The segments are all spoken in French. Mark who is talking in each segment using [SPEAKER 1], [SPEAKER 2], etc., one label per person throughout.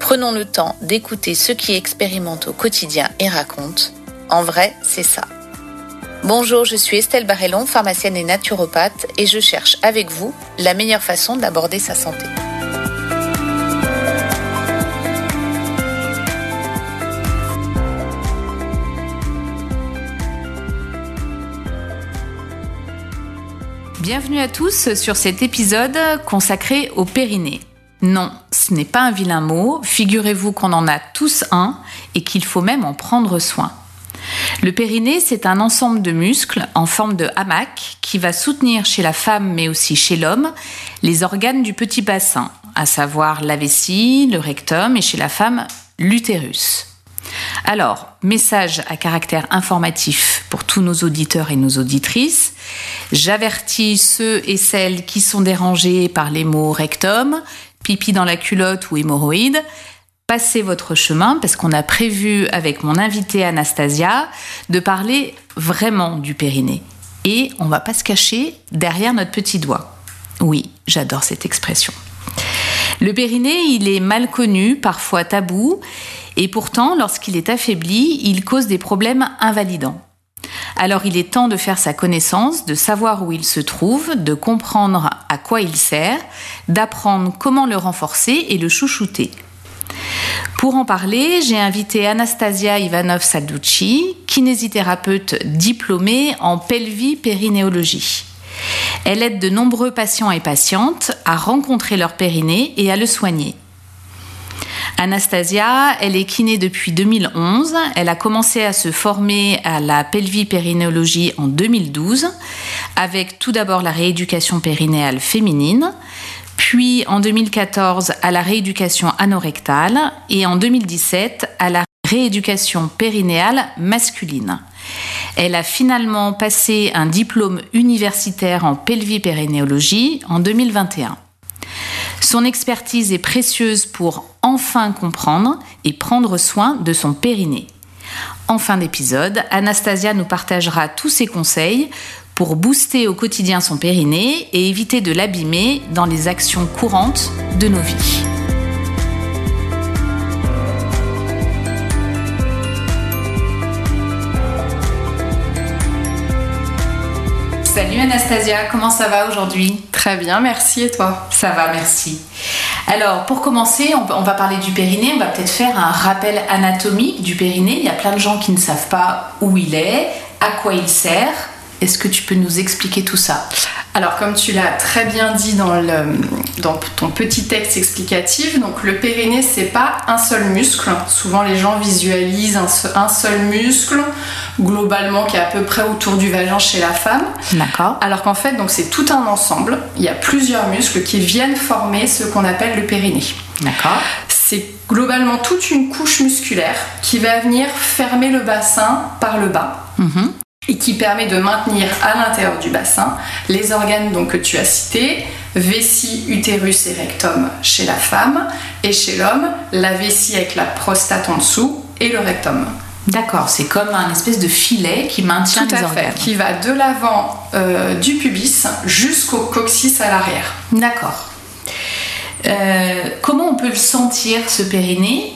[SPEAKER 1] Prenons le temps d'écouter ceux qui expérimentent au quotidien et racontent. En vrai, c'est ça. Bonjour, je suis Estelle Barrellon, pharmacienne et naturopathe, et je cherche avec vous la meilleure façon d'aborder sa santé. Bienvenue à tous sur cet épisode consacré au périnée. Non, ce n'est pas un vilain mot, figurez-vous qu'on en a tous un et qu'il faut même en prendre soin. Le périnée, c'est un ensemble de muscles en forme de hamac qui va soutenir chez la femme mais aussi chez l'homme les organes du petit bassin, à savoir la vessie, le rectum et chez la femme l'utérus. Alors, message à caractère informatif pour tous nos auditeurs et nos auditrices. J'avertis ceux et celles qui sont dérangés par les mots rectum, pipi dans la culotte ou hémorroïde. Passez votre chemin parce qu'on a prévu avec mon invitée Anastasia de parler vraiment du périnée. Et on va pas se cacher derrière notre petit doigt. Oui, j'adore cette expression. Le périnée, il est mal connu, parfois tabou, et pourtant, lorsqu'il est affaibli, il cause des problèmes invalidants. Alors il est temps de faire sa connaissance, de savoir où il se trouve, de comprendre à quoi il sert, d'apprendre comment le renforcer et le chouchouter. Pour en parler, j'ai invité Anastasia Ivanov-Salducci, kinésithérapeute diplômée en pelvie périnéologie. Elle aide de nombreux patients et patientes à rencontrer leur périnée et à le soigner. Anastasia, elle est kiné depuis 2011. Elle a commencé à se former à la pelvipérinéologie en 2012, avec tout d'abord la rééducation périnéale féminine, puis en 2014 à la rééducation anorectale et en 2017 à la rééducation périnéale masculine. Elle a finalement passé un diplôme universitaire en pelvipérinéologie en 2021. Son expertise est précieuse pour enfin comprendre et prendre soin de son périnée. En fin d'épisode, Anastasia nous partagera tous ses conseils pour booster au quotidien son périnée et éviter de l'abîmer dans les actions courantes de nos vies. Salut Anastasia, comment ça va aujourd'hui
[SPEAKER 2] Très bien, merci et toi
[SPEAKER 1] Ça va, merci. Alors, pour commencer, on, on va parler du périnée. On va peut-être faire un rappel anatomique du périnée. Il y a plein de gens qui ne savent pas où il est, à quoi il sert. Est-ce que tu peux nous expliquer tout ça
[SPEAKER 2] Alors, comme tu l'as très bien dit dans, le, dans ton petit texte explicatif, donc le périnée, c'est pas un seul muscle. Souvent, les gens visualisent un, se- un seul muscle, globalement, qui est à peu près autour du vagin chez la femme.
[SPEAKER 1] D'accord.
[SPEAKER 2] Alors qu'en fait, donc c'est tout un ensemble. Il y a plusieurs muscles qui viennent former ce qu'on appelle le périnée.
[SPEAKER 1] D'accord.
[SPEAKER 2] C'est globalement toute une couche musculaire qui va venir fermer le bassin par le bas
[SPEAKER 1] Mhm.
[SPEAKER 2] et qui permet de maintenir à l'intérieur du bassin les organes donc, que tu as cités, vessie, utérus et rectum chez la femme, et chez l'homme, la vessie avec la prostate en dessous et le rectum.
[SPEAKER 1] D'accord, c'est comme un espèce de filet qui maintient
[SPEAKER 2] Tout
[SPEAKER 1] les
[SPEAKER 2] à fait,
[SPEAKER 1] organes.
[SPEAKER 2] qui va de l'avant euh, du pubis jusqu'au coccyx à l'arrière.
[SPEAKER 1] D'accord. Euh, comment on peut le sentir, ce périnée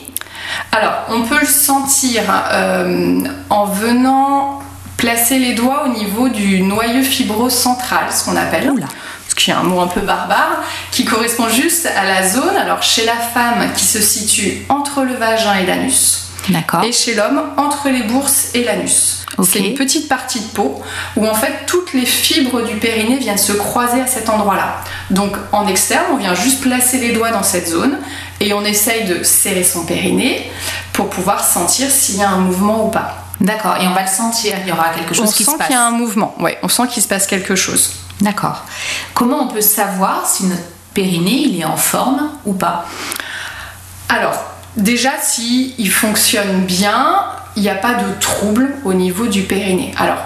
[SPEAKER 2] Alors, on peut le sentir euh, en venant placer les doigts au niveau du noyau fibreux central, ce qu'on appelle.
[SPEAKER 1] Oula.
[SPEAKER 2] Ce qui est un mot un peu barbare, qui correspond juste à la zone, alors chez la femme, qui se situe entre le vagin et l'anus,
[SPEAKER 1] D'accord.
[SPEAKER 2] et chez l'homme, entre les bourses et l'anus.
[SPEAKER 1] Ah. Ok.
[SPEAKER 2] C'est une petite partie de peau où en fait toutes les fibres du périnée viennent se croiser à cet endroit-là. Donc en externe, on vient juste placer les doigts dans cette zone et on essaye de serrer son périnée pour pouvoir sentir s'il y a un mouvement ou pas.
[SPEAKER 1] D'accord, et on va le sentir, il y aura quelque
[SPEAKER 2] On
[SPEAKER 1] chose qui
[SPEAKER 2] sent
[SPEAKER 1] se passe.
[SPEAKER 2] qu'il y a un mouvement, ouais, on sent qu'il se passe quelque chose.
[SPEAKER 1] D'accord. Comment on peut savoir si notre périnée, il est en forme ou pas
[SPEAKER 2] Alors, Déjà, si il fonctionne bien, il n'y a pas de trouble au niveau du périnée. Alors,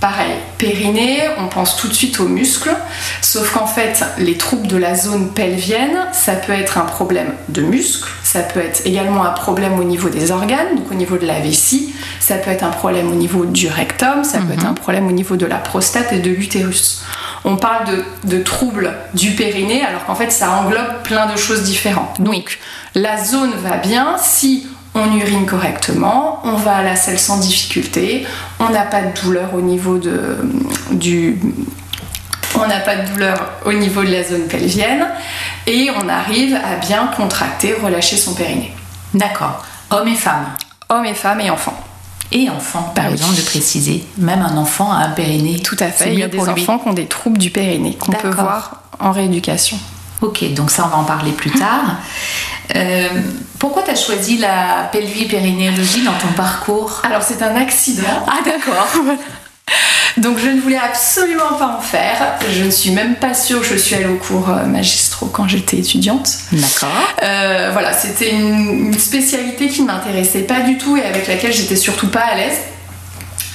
[SPEAKER 2] pareil, périnée, on pense tout de suite aux muscles, sauf qu'en fait, les troubles de la zone pelvienne, ça peut être un problème de muscle, ça peut être également un problème au niveau des organes, donc au niveau de la vessie, ça peut être un problème au niveau du rectum, ça peut être un problème au niveau de la prostate et de l'utérus. On parle de, de troubles du périnée, alors qu'en fait, ça englobe plein de choses différentes. Donc, la zone va bien si on urine correctement, on va à la selle sans difficulté, on n'a pas de douleur au niveau de, du. On n'a pas de douleur au niveau de la zone pelvienne et on arrive à bien contracter, relâcher son périnée.
[SPEAKER 1] D'accord. Hommes et femmes
[SPEAKER 2] Hommes et femmes et enfants.
[SPEAKER 1] et enfants, par
[SPEAKER 2] Bah oui.
[SPEAKER 1] exemple, de préciser. Même un enfant a un périnée.
[SPEAKER 2] Tout à
[SPEAKER 1] C'est
[SPEAKER 2] fait. Il y a
[SPEAKER 1] mieux
[SPEAKER 2] des
[SPEAKER 1] pour lui.
[SPEAKER 2] enfants qui ont des troubles du périnée qu'on peut
[SPEAKER 1] D'accord.
[SPEAKER 2] voir en rééducation.
[SPEAKER 1] Ok, donc ça, on va en parler plus tard. Euh, pourquoi tu as choisi la pelvie-périnéologie dans ton parcours
[SPEAKER 2] Alors c'est un accident.
[SPEAKER 1] Ah, d'accord.
[SPEAKER 2] Donc je ne voulais absolument pas en faire. Je ne suis même pas sûre que je suis allée au cours euh, magistraux quand j'étais étudiante.
[SPEAKER 1] D'accord.
[SPEAKER 2] Euh, voilà, c'était une, une spécialité qui ne m'intéressait pas du tout et avec laquelle j'étais surtout pas à l'aise.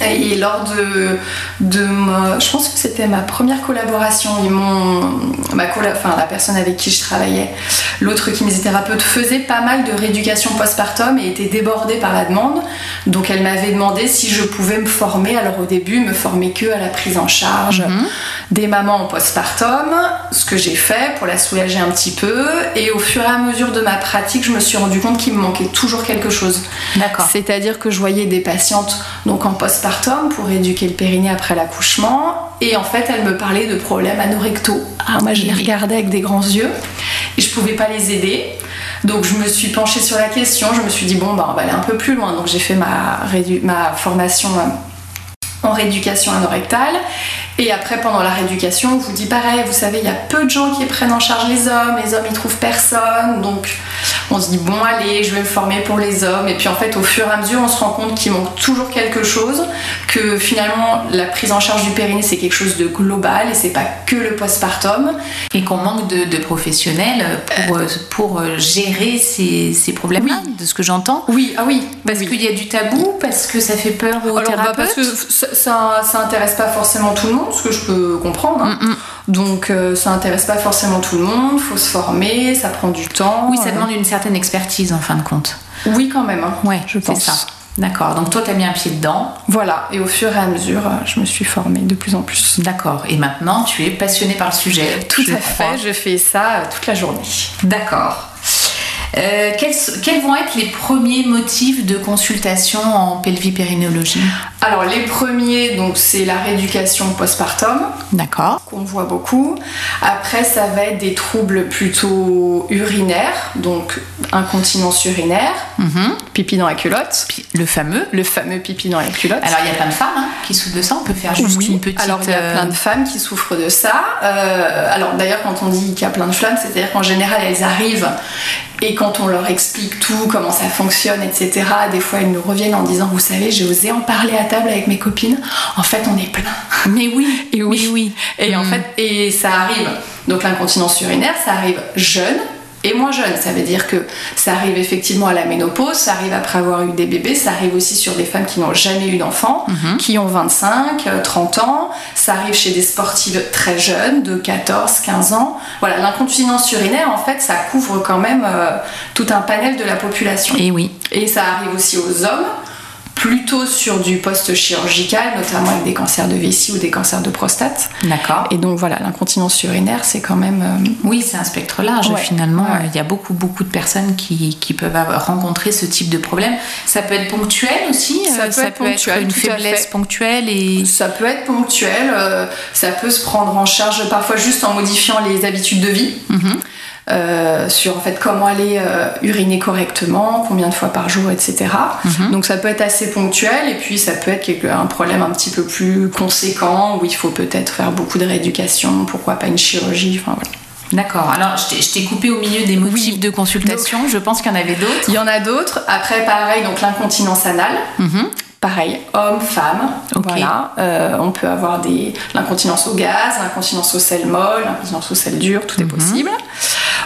[SPEAKER 2] Et lors de, de ma- je pense que c'était ma première collaboration, ils m'ont, ma colla- enfin la personne avec qui je travaillais, l'autre kinésithérapeute faisait pas mal de rééducation postpartum et était débordée par la demande. Donc elle m'avait demandé si je pouvais me former. Alors au début, me former que à la prise en charge
[SPEAKER 1] Mhm,
[SPEAKER 2] des mamans en postpartum, ce que j'ai fait pour la soulager un petit peu. Et au fur et à mesure de ma pratique, je me suis rendu compte qu'il me manquait toujours quelque chose.
[SPEAKER 1] D'accord.
[SPEAKER 2] C'est-à-dire que je voyais des patientes donc en postpartum pour éduquer le périnée après l'accouchement. Et en fait, elles me parlaient de problèmes anorectaux. Ah, moi, je les regardais avec des grands yeux et je pouvais pas les aider. Donc, je me suis penchée sur la question. Je me suis dit, bon, bah, on va aller un peu plus loin. Donc, j'ai fait ma, rédu- ma formation euh, en rééducation anorectale. Et après, pendant la rééducation, on vous dit pareil. Vous savez, il y a peu de gens qui prennent en charge les hommes. Les hommes, ils trouvent personne. Donc, on se dit bon allez je vais me former pour les hommes et puis en fait au fur et à mesure on se rend compte qu'il manque toujours quelque chose que finalement la prise en charge du périnée c'est quelque chose de global et c'est pas que le postpartum
[SPEAKER 1] Et qu'on manque de, de professionnels pour, euh, pour euh, gérer ces, ces problèmes-là, de ce que j'entends.
[SPEAKER 2] oui ah oui
[SPEAKER 1] Parce qu'il y a du tabou, parce que ça fait peur aux
[SPEAKER 2] Alors, bah,
[SPEAKER 1] thérapeutes.
[SPEAKER 2] parce que ça, ça, ça intéresse pas forcément tout le monde, ce que je peux comprendre. hein. Donc, euh, ça intéresse pas forcément tout le monde, faut se former, ça prend du temps.
[SPEAKER 1] Oui, ça
[SPEAKER 2] euh.
[SPEAKER 1] demande une certaine expertise en fin de compte.
[SPEAKER 2] Oui, quand même. hein.
[SPEAKER 1] Ouais,
[SPEAKER 2] je pense.
[SPEAKER 1] C'est ça. D'accord. Donc toi, t'as mis un pied dedans.
[SPEAKER 2] Voilà, et au fur et à mesure, euh, je me suis formée de plus en plus.
[SPEAKER 1] D'accord. Et maintenant, tu es passionné par le sujet.
[SPEAKER 2] Tout
[SPEAKER 1] je
[SPEAKER 2] à
[SPEAKER 1] crois.
[SPEAKER 2] fait, je fais ça euh, toute la journée.
[SPEAKER 1] D'accord. Euh, quels, quels vont être les premiers motifs de consultation en pelvipérinéologie
[SPEAKER 2] Alors les premiers, donc c'est la rééducation postpartum
[SPEAKER 1] D'accord.
[SPEAKER 2] qu'on voit beaucoup. Après, ça va être des troubles plutôt urinaires, donc incontinence urinaire,
[SPEAKER 1] Mhm.
[SPEAKER 2] pipi dans la culotte,
[SPEAKER 1] Puis le fameux.
[SPEAKER 2] le fameux pipi dans la culotte.
[SPEAKER 1] Alors il y a plein de femmes hein, qui souffrent de ça. On peut faire juste
[SPEAKER 2] Oui,
[SPEAKER 1] une petite.
[SPEAKER 2] Alors il y a
[SPEAKER 1] euh,
[SPEAKER 2] plein de femmes qui souffrent de ça. Euh, alors d'ailleurs quand on dit qu'il y a plein de femmes, c'est-à-dire qu'en général elles arrivent et quand on leur explique tout, comment ça fonctionne, etc. Des fois elles nous reviennent en disant vous savez j'ai osé en parler à table avec mes copines. En fait on est plein.
[SPEAKER 1] Mais oui.
[SPEAKER 2] Et oui.
[SPEAKER 1] Mais oui.
[SPEAKER 2] Et en
[SPEAKER 1] Mm.
[SPEAKER 2] fait, et ça arrive. Donc l'incontinence urinaire, ça arrive jeune et moins jeune. Ça veut dire que ça arrive effectivement à la ménopause, ça arrive après avoir eu des bébés, ça arrive aussi sur des femmes qui n'ont jamais eu d'enfants,
[SPEAKER 1] Mmh.
[SPEAKER 2] qui ont 25, euh, 30 ans. Ça arrive chez des sportives très jeunes, de 14, 15 ans. Voilà, l'incontinence urinaire, en fait, ça couvre quand même euh, tout un panel de la population.
[SPEAKER 1] Et oui.
[SPEAKER 2] Et ça arrive aussi aux hommes, plutôt sur du post-chirurgical, notamment avec des cancers de vessie ou des cancers de prostate.
[SPEAKER 1] D'accord.
[SPEAKER 2] Et donc voilà, l'incontinence urinaire, c'est quand même... euh,
[SPEAKER 1] Oui, c'est un spectre large.
[SPEAKER 2] Ouais,
[SPEAKER 1] Finalement,
[SPEAKER 2] ouais.
[SPEAKER 1] Euh, il y a beaucoup, beaucoup de personnes qui, qui peuvent avoir- rencontrer ce type de problème. Ça peut être ponctuel aussi.
[SPEAKER 2] Ça
[SPEAKER 1] euh,
[SPEAKER 2] peut être ponctuel,
[SPEAKER 1] une
[SPEAKER 2] tout à
[SPEAKER 1] faiblesse
[SPEAKER 2] fait.
[SPEAKER 1] ponctuelle et
[SPEAKER 2] Ça peut être ponctuel, euh, ça peut se prendre en charge parfois juste en modifiant les habitudes de vie, euh, sur en fait comment aller euh, uriner correctement, combien de fois par jour, etc. Donc ça peut être assez ponctuel et puis ça peut être quelque- un problème un petit peu plus conséquent où il faut peut-être faire beaucoup de rééducation, pourquoi pas une chirurgie, enfin voilà.
[SPEAKER 1] D'accord. Alors, je t'ai- je t'ai coupé au milieu des motifs de consultation. Je pense qu'il y en avait d'autres.
[SPEAKER 2] Il y en a d'autres. Après, pareil, donc l'incontinence anale. Pareil, homme, femme.
[SPEAKER 1] Mhm. Ok.
[SPEAKER 2] Voilà. Euh, on peut avoir
[SPEAKER 1] Mhm.
[SPEAKER 2] des l'incontinence au gaz, l'incontinence au sel molle, l'incontinence au sel dur, tout est possible.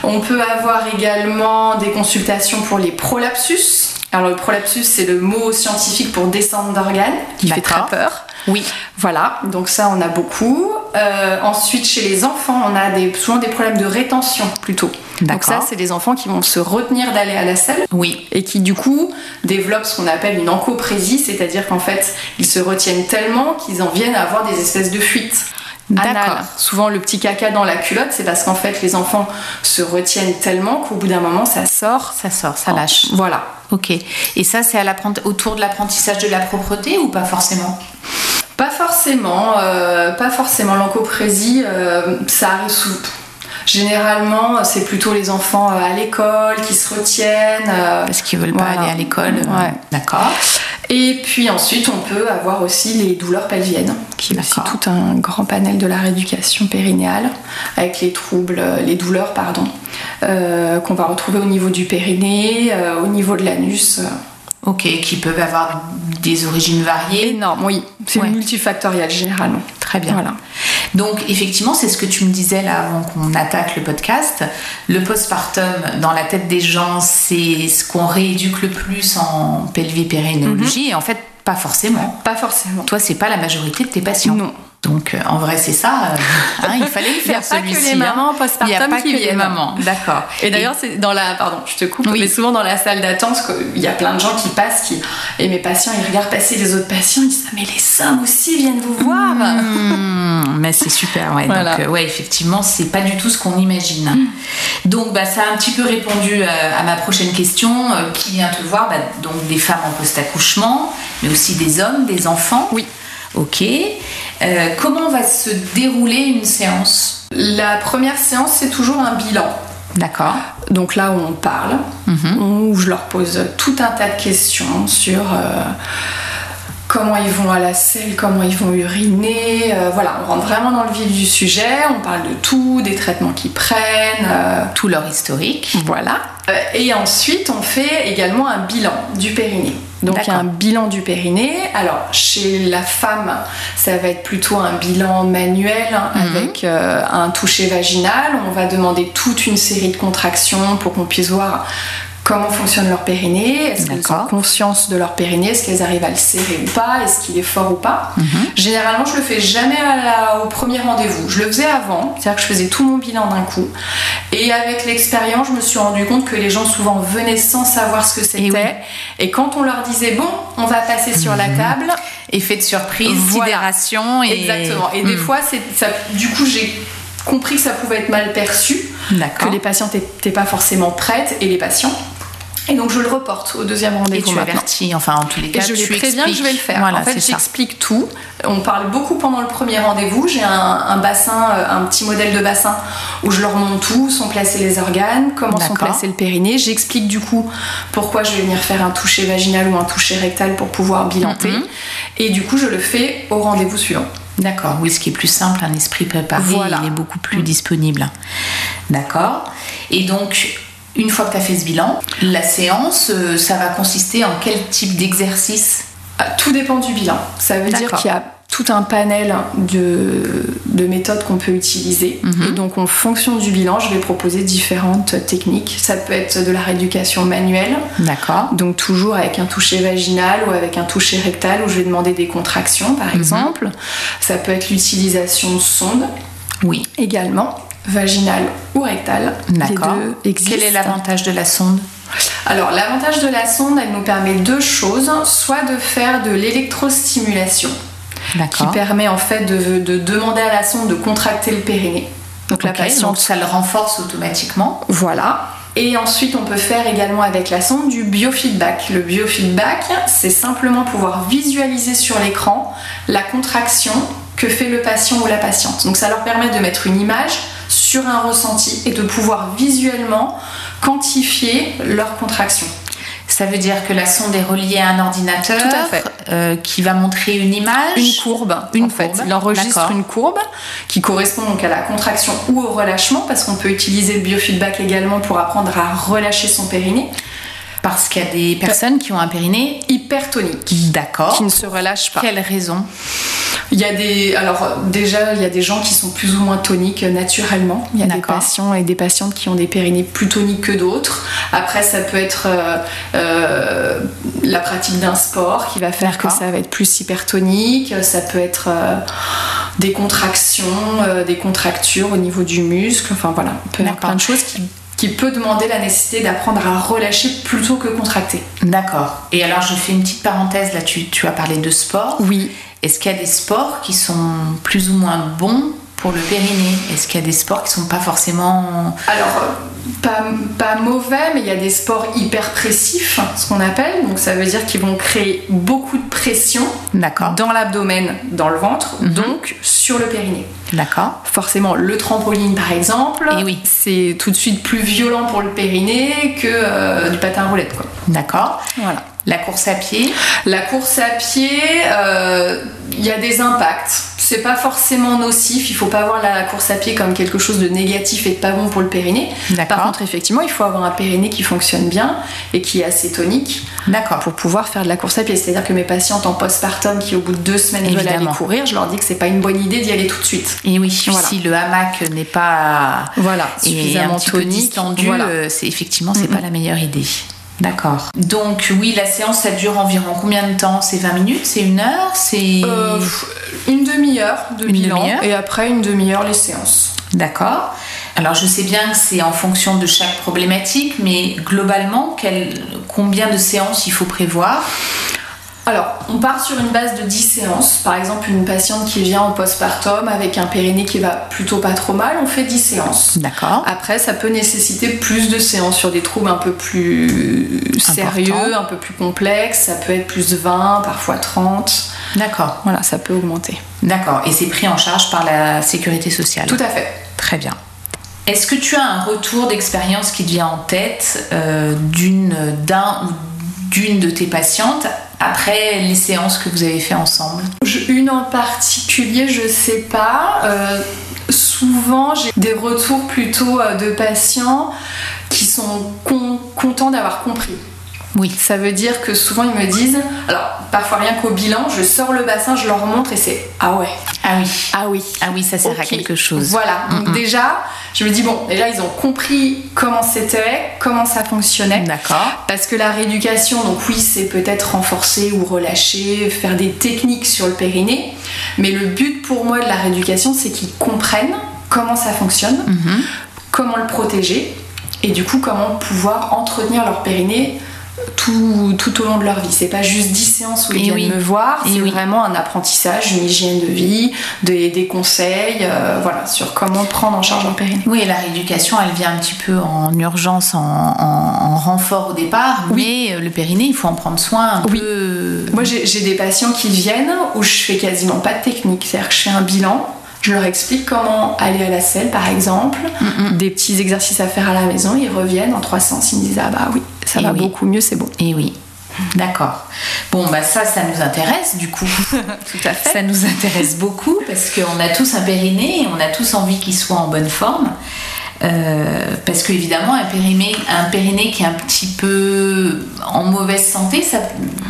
[SPEAKER 2] On peut avoir également des consultations pour les prolapsus. Alors le prolapsus, c'est le mot scientifique pour descente d'organes, qui fait très
[SPEAKER 1] D'accord.
[SPEAKER 2] peur.
[SPEAKER 1] Oui.
[SPEAKER 2] Voilà, donc ça on a beaucoup. Euh, ensuite, chez les enfants, on a des, souvent des problèmes de rétention plutôt. Donc
[SPEAKER 1] D'accord.
[SPEAKER 2] ça, c'est des enfants qui vont se retenir d'aller à la salle
[SPEAKER 1] Oui.
[SPEAKER 2] et qui du coup développent ce qu'on appelle une encoprésie, c'est-à-dire qu'en fait ils se retiennent tellement qu'ils en viennent à avoir des espèces de fuites.
[SPEAKER 1] D'accord.
[SPEAKER 2] anales. Souvent le petit caca dans la culotte, c'est parce qu'en fait les enfants se retiennent tellement qu'au bout d'un moment ça sort.
[SPEAKER 1] Ça sort, ça lâche.
[SPEAKER 2] Voilà.
[SPEAKER 1] Ok. Et ça, c'est à l'apprenti- autour de l'apprentissage de la propreté ou pas forcément
[SPEAKER 2] Pas forcément, euh, pas forcément l'encoprésie, euh, ça arrive sous. Généralement, c'est plutôt les enfants euh, à l'école qui se retiennent. euh,
[SPEAKER 1] Parce qu'ils veulent pas
[SPEAKER 2] Voilà.
[SPEAKER 1] aller à l'école. euh,
[SPEAKER 2] Ouais.
[SPEAKER 1] D'accord.
[SPEAKER 2] Et puis ensuite, on peut avoir aussi les douleurs pelviennes, qui est aussi
[SPEAKER 1] D'accord.
[SPEAKER 2] tout un grand panel de la rééducation périnéale, avec les troubles, euh, les douleurs, pardon, euh, qu'on va retrouver au niveau du périnée, euh, au niveau de l'anus. euh,
[SPEAKER 1] Ok. Qui peuvent avoir des origines variées.
[SPEAKER 2] Énorme, oui. C'est
[SPEAKER 1] Ouais.
[SPEAKER 2] multifactoriel généralement.
[SPEAKER 1] Très bien.
[SPEAKER 2] Voilà.
[SPEAKER 1] Donc effectivement, c'est ce que tu me disais là avant qu'on attaque le podcast. Le postpartum dans la tête des gens, c'est ce qu'on rééduque le plus en
[SPEAKER 2] Mhm.
[SPEAKER 1] pelvipérinéologie. Et en fait, pas forcément.
[SPEAKER 2] Pas forcément.
[SPEAKER 1] Toi, c'est pas la majorité de tes patients.
[SPEAKER 2] Non.
[SPEAKER 1] Donc euh, en vrai, c'est ça. euh, hein, il fallait le
[SPEAKER 2] Il n'y a
[SPEAKER 1] faire
[SPEAKER 2] pas que
[SPEAKER 1] celui-ci.
[SPEAKER 2] les
[SPEAKER 1] hein.
[SPEAKER 2] mamans
[SPEAKER 1] Il n'y a
[SPEAKER 2] postpartum
[SPEAKER 1] pas
[SPEAKER 2] qui
[SPEAKER 1] que les
[SPEAKER 2] viennent.
[SPEAKER 1] mamans. D'accord.
[SPEAKER 2] Et d'ailleurs, c'est dans la. Pardon, je te coupe,
[SPEAKER 1] Oui.
[SPEAKER 2] mais souvent dans la salle d'attente, quoi, il y a plein de gens qui passent qui... et mes patients, ils regardent passer les autres patients, ils disent Ah, mais les sommes aussi viennent vous voir
[SPEAKER 1] Hmm, mais c'est super, ouais.
[SPEAKER 2] Voilà.
[SPEAKER 1] Donc, euh, ouais, effectivement, c'est pas du tout ce qu'on imagine. Donc, bah, ça a un petit peu répondu euh, à ma prochaine question. euh, qui vient te voir Bah, Donc, des femmes en post-accouchement, mais aussi des hommes, des enfants.
[SPEAKER 2] Oui.
[SPEAKER 1] Ok. Euh, comment va se dérouler une séance
[SPEAKER 2] La première séance, c'est toujours un bilan.
[SPEAKER 1] D'accord.
[SPEAKER 2] Donc là où on parle, où je leur pose tout un tas de questions sur euh, comment ils vont à la selle, comment ils vont uriner. euh, voilà, on rentre vraiment dans le vif du sujet, on parle de tout, des traitements qu'ils prennent. euh,
[SPEAKER 1] Tout leur historique.
[SPEAKER 2] Voilà. Euh, Et ensuite, on fait également un bilan du périnée. Donc il y a
[SPEAKER 1] D'accord.
[SPEAKER 2] un bilan du périnée. Alors chez la femme, ça va être plutôt un bilan manuel hein,
[SPEAKER 1] Mhm.
[SPEAKER 2] avec euh, un toucher vaginal. On va demander toute une série de contractions pour qu'on puisse voir comment fonctionne leur périnée. Est-ce qu'elles ont
[SPEAKER 1] D'accord.
[SPEAKER 2] conscience de leur périnée Est-ce qu'elles arrivent à le serrer ou pas Est-ce qu'il est fort ou pas
[SPEAKER 1] Mhm.
[SPEAKER 2] Généralement, je le fais jamais à la- au premier rendez-vous. Je le faisais avant, c'est-à-dire que je faisais tout mon bilan d'un coup. Et avec l'expérience, je me suis rendu compte que les gens souvent venaient sans savoir ce que c'était.
[SPEAKER 1] Eh
[SPEAKER 2] Et,
[SPEAKER 1] oui.
[SPEAKER 2] quand on leur disait bon, on va passer sur la table,
[SPEAKER 1] Effet de surprise,
[SPEAKER 2] Voilà.
[SPEAKER 1] sidération. Mhm. Et...
[SPEAKER 2] exactement. Et des
[SPEAKER 1] Hmm.
[SPEAKER 2] fois, c'est, ça, du coup, j'ai compris que ça pouvait être mal perçu, que
[SPEAKER 1] D'accord.
[SPEAKER 2] les patientes n'étaient pas forcément prêtes et les patients. Et donc, je le reporte au deuxième
[SPEAKER 1] Et
[SPEAKER 2] rendez-vous.
[SPEAKER 1] tu
[SPEAKER 2] maintenant.
[SPEAKER 1] avertis, enfin en tous les
[SPEAKER 2] Et
[SPEAKER 1] cas,
[SPEAKER 2] je les
[SPEAKER 1] tu
[SPEAKER 2] préviens que je vais le
[SPEAKER 1] expliques.
[SPEAKER 2] faire.
[SPEAKER 1] Voilà,
[SPEAKER 2] en fait,
[SPEAKER 1] c'est ça.
[SPEAKER 2] j'explique tout. On parle beaucoup pendant le premier rendez-vous. J'ai un, un bassin, euh, un petit modèle de bassin où je leur montre tout, sont placés les organes, comment sont
[SPEAKER 1] D'accord.
[SPEAKER 2] placés le périnée. J'explique du coup pourquoi je vais venir faire un toucher vaginal ou un toucher rectal pour pouvoir bilanter.
[SPEAKER 1] Mhm.
[SPEAKER 2] Et du coup, je le fais au rendez-vous suivant.
[SPEAKER 1] D'accord, oui, ce qui est plus simple, un esprit préparé,
[SPEAKER 2] Voilà. Mm.
[SPEAKER 1] il est beaucoup plus disponible. D'accord. Et donc, une fois que tu as fait ce bilan, la séance, euh, ça va consister en quel type d'exercice
[SPEAKER 2] Ah, Tout dépend du bilan. Ça veut dire
[SPEAKER 1] D'accord.
[SPEAKER 2] qu'il y a tout un panel de, de méthodes qu'on peut utiliser.
[SPEAKER 1] Mhm.
[SPEAKER 2] Et donc, en fonction du bilan, je vais proposer différentes techniques. Ça peut être de la rééducation manuelle,
[SPEAKER 1] D'accord.
[SPEAKER 2] donc toujours avec un toucher vaginal ou avec un toucher rectal où je vais demander des contractions,
[SPEAKER 1] Mhm.
[SPEAKER 2] par exemple. Ça peut être l'utilisation de sondes
[SPEAKER 1] Oui,
[SPEAKER 2] également, vaginale ou rectale. Les
[SPEAKER 1] d'accord.
[SPEAKER 2] deux
[SPEAKER 1] Quel est
[SPEAKER 2] existent.
[SPEAKER 1] l'avantage de la sonde
[SPEAKER 2] Alors, l'avantage de la sonde, elle nous permet deux choses soit de faire de l'électrostimulation. qui
[SPEAKER 1] D'accord.
[SPEAKER 2] permet en fait de, de demander à la sonde de contracter le périnée. Donc la
[SPEAKER 1] Ok,
[SPEAKER 2] patiente,
[SPEAKER 1] donc ça le renforce automatiquement.
[SPEAKER 2] voilà. Et ensuite, on peut faire également avec la sonde du biofeedback. Le biofeedback, c'est simplement pouvoir visualiser sur l'écran la contraction que fait le patient ou la patiente. Donc ça leur permet de mettre une image sur un ressenti et de pouvoir visuellement quantifier leur contraction.
[SPEAKER 1] Ça veut dire que la sonde est reliée à un ordinateur
[SPEAKER 2] Tout à fait.
[SPEAKER 1] euh, qui va montrer une image.
[SPEAKER 2] une courbe.
[SPEAKER 1] Une
[SPEAKER 2] en fait.
[SPEAKER 1] courbe,
[SPEAKER 2] Il enregistre
[SPEAKER 1] d'accord.
[SPEAKER 2] une courbe qui correspond donc à la contraction ou au relâchement, parce qu'on peut utiliser le biofeedback également pour apprendre à relâcher son périnée.
[SPEAKER 1] Parce qu'il y a des personnes qui ont un périnée
[SPEAKER 2] Hypertonique,
[SPEAKER 1] d'accord.
[SPEAKER 2] qui ne se relâche pas.
[SPEAKER 1] Quelle raison
[SPEAKER 2] Il y a des, alors déjà, il y a des gens qui sont plus ou moins toniques euh, naturellement. Il y a des
[SPEAKER 3] D'accord.
[SPEAKER 2] patients et des patientes qui ont des périnées plus toniques que d'autres. Après, ça peut être euh, euh, la pratique d'un sport qui va faire que
[SPEAKER 3] D'accord.
[SPEAKER 2] ça va être plus hypertonique. Ça peut être euh, des contractions, euh, des contractures au niveau du muscle. Enfin voilà, on peut avoir
[SPEAKER 3] D'accord.
[SPEAKER 2] plein de choses qui, qui peut demander la nécessité d'apprendre à relâcher plutôt que contracter.
[SPEAKER 1] D'accord. Et alors, je fais une petite parenthèse là. Tu, tu as parlé de sport.
[SPEAKER 2] Oui,
[SPEAKER 1] Est-ce qu'il y a des sports qui sont plus ou moins bons pour le périnée Est-ce qu'il y a des sports qui sont pas forcément
[SPEAKER 2] Alors, euh, pas, pas mauvais, mais il y a des sports hyper pressifs, hein, ce qu'on appelle. Donc, ça veut dire qu'ils vont créer beaucoup de pression
[SPEAKER 3] D'accord.
[SPEAKER 2] dans l'abdomen, dans le ventre,
[SPEAKER 3] Mhm.
[SPEAKER 2] donc sur le périnée.
[SPEAKER 3] D'accord.
[SPEAKER 2] Forcément, le trampoline, par exemple,
[SPEAKER 3] Eh oui.
[SPEAKER 2] c'est tout de suite plus violent pour le périnée que euh, du patin à roulette, quoi.
[SPEAKER 3] D'accord.
[SPEAKER 2] Voilà.
[SPEAKER 3] La course à pied.
[SPEAKER 2] La course à pied, euh, il y a des impacts. C'est pas forcément nocif, il faut pas voir la course à pied comme quelque chose de négatif et de pas bon pour le périnée. Par
[SPEAKER 3] D'accord.
[SPEAKER 2] contre, effectivement, il faut avoir un périnée qui fonctionne bien et qui est assez tonique
[SPEAKER 3] D'accord.
[SPEAKER 2] pour pouvoir faire de la course à pied. C'est-à-dire que mes patientes en postpartum qui, au bout de deux semaines, veulent aller
[SPEAKER 3] Évidemment.
[SPEAKER 2] courir, je leur dis que c'est pas une bonne idée d'y aller tout de suite.
[SPEAKER 3] Et oui,
[SPEAKER 2] Voilà.
[SPEAKER 3] si le hamac n'est pas
[SPEAKER 2] Voilà,
[SPEAKER 3] et
[SPEAKER 2] suffisamment
[SPEAKER 3] un petit peu
[SPEAKER 2] tonique.
[SPEAKER 3] distendu,
[SPEAKER 2] voilà.
[SPEAKER 3] euh, c'est effectivement c'est pas la meilleure idée. D'accord.
[SPEAKER 1] Donc oui, la séance, ça dure environ combien de temps C'est 20 minutes C'est une heure C'est
[SPEAKER 2] Euh, pff, une demi-heure de
[SPEAKER 3] Une
[SPEAKER 2] bilan
[SPEAKER 3] demi-heure.
[SPEAKER 2] et après une demi-heure les séances.
[SPEAKER 1] D'accord. Alors je sais bien que c'est en fonction de chaque problématique, mais globalement, quel- combien de séances il faut prévoir
[SPEAKER 2] Alors, on part sur une base de 10 séances. Par exemple, une patiente qui vient en postpartum avec un périnée qui va plutôt pas trop mal, on fait 10 séances.
[SPEAKER 3] D'accord.
[SPEAKER 2] Après, ça peut nécessiter plus de séances sur des troubles un peu plus sérieux, un peu plus complexes. Ça peut être plus 20, parfois 30.
[SPEAKER 1] D'accord.
[SPEAKER 2] Voilà, ça peut augmenter.
[SPEAKER 1] D'accord. Et c'est pris en charge par la sécurité sociale.
[SPEAKER 2] Tout à fait.
[SPEAKER 1] Très bien. Est-ce que tu as un retour d'expérience qui te vient en tête euh, d'une, d'un ou d'une de tes patientes après les séances que vous avez fait ensemble
[SPEAKER 2] Je- une en particulier, je sais pas. Euh, souvent, j'ai des retours plutôt euh, de patients qui sont con- contents d'avoir compris.
[SPEAKER 3] Oui.
[SPEAKER 2] Ça veut dire que souvent ils me disent, alors parfois rien qu'au bilan, je sors le bassin, je leur montre et c'est ah ouais,
[SPEAKER 1] Ah oui.
[SPEAKER 2] ah oui,
[SPEAKER 3] Ah oui, ça sert à
[SPEAKER 2] Ok.
[SPEAKER 3] quelque chose.
[SPEAKER 2] Voilà, donc déjà, je me dis, bon, déjà, ils ont compris comment c'était, comment ça fonctionnait.
[SPEAKER 3] D'accord.
[SPEAKER 2] Parce que la rééducation, donc oui, c'est peut-être renforcer ou relâcher, faire des techniques sur le périnée. Mais le but pour moi de la rééducation, c'est qu'ils comprennent comment ça fonctionne,
[SPEAKER 3] Mhm.
[SPEAKER 2] comment le protéger, et du coup, comment pouvoir entretenir leur périnée. Tout, tout au long de leur vie. C'est pas juste 10 séances où ils
[SPEAKER 3] Et
[SPEAKER 2] viennent
[SPEAKER 3] oui.
[SPEAKER 2] me voir,
[SPEAKER 3] Et
[SPEAKER 2] c'est
[SPEAKER 3] oui.
[SPEAKER 2] vraiment un apprentissage, une hygiène de vie, des, des conseils, euh, voilà, sur comment prendre en charge leur périnée.
[SPEAKER 1] Oui, et la rééducation, elle vient un petit peu en urgence, en, en- en renfort au départ, mais euh, le périnée, il faut en prendre soin un
[SPEAKER 2] Oui.
[SPEAKER 1] peu.
[SPEAKER 2] Moi, j'ai j'ai des patients qui viennent où je fais quasiment pas de technique. C'est-à-dire que je fais un bilan, je leur explique comment aller à la selle, par exemple, des petits exercices à faire à la maison. Ils reviennent en trois sens, ils me disent Ah bah oui, ça
[SPEAKER 3] Eh
[SPEAKER 2] va
[SPEAKER 3] oui.
[SPEAKER 2] beaucoup mieux, c'est bon.
[SPEAKER 1] Et oui. D'accord. Bon, bah ça, ça nous intéresse du coup.
[SPEAKER 2] Tout à
[SPEAKER 1] Ça nous intéresse beaucoup parce qu'on a tous un périnée et on a tous envie qu'il soit en bonne forme. Euh, parce que évidemment un périnée, un périnée qui est un petit peu en mauvaise santé, ça,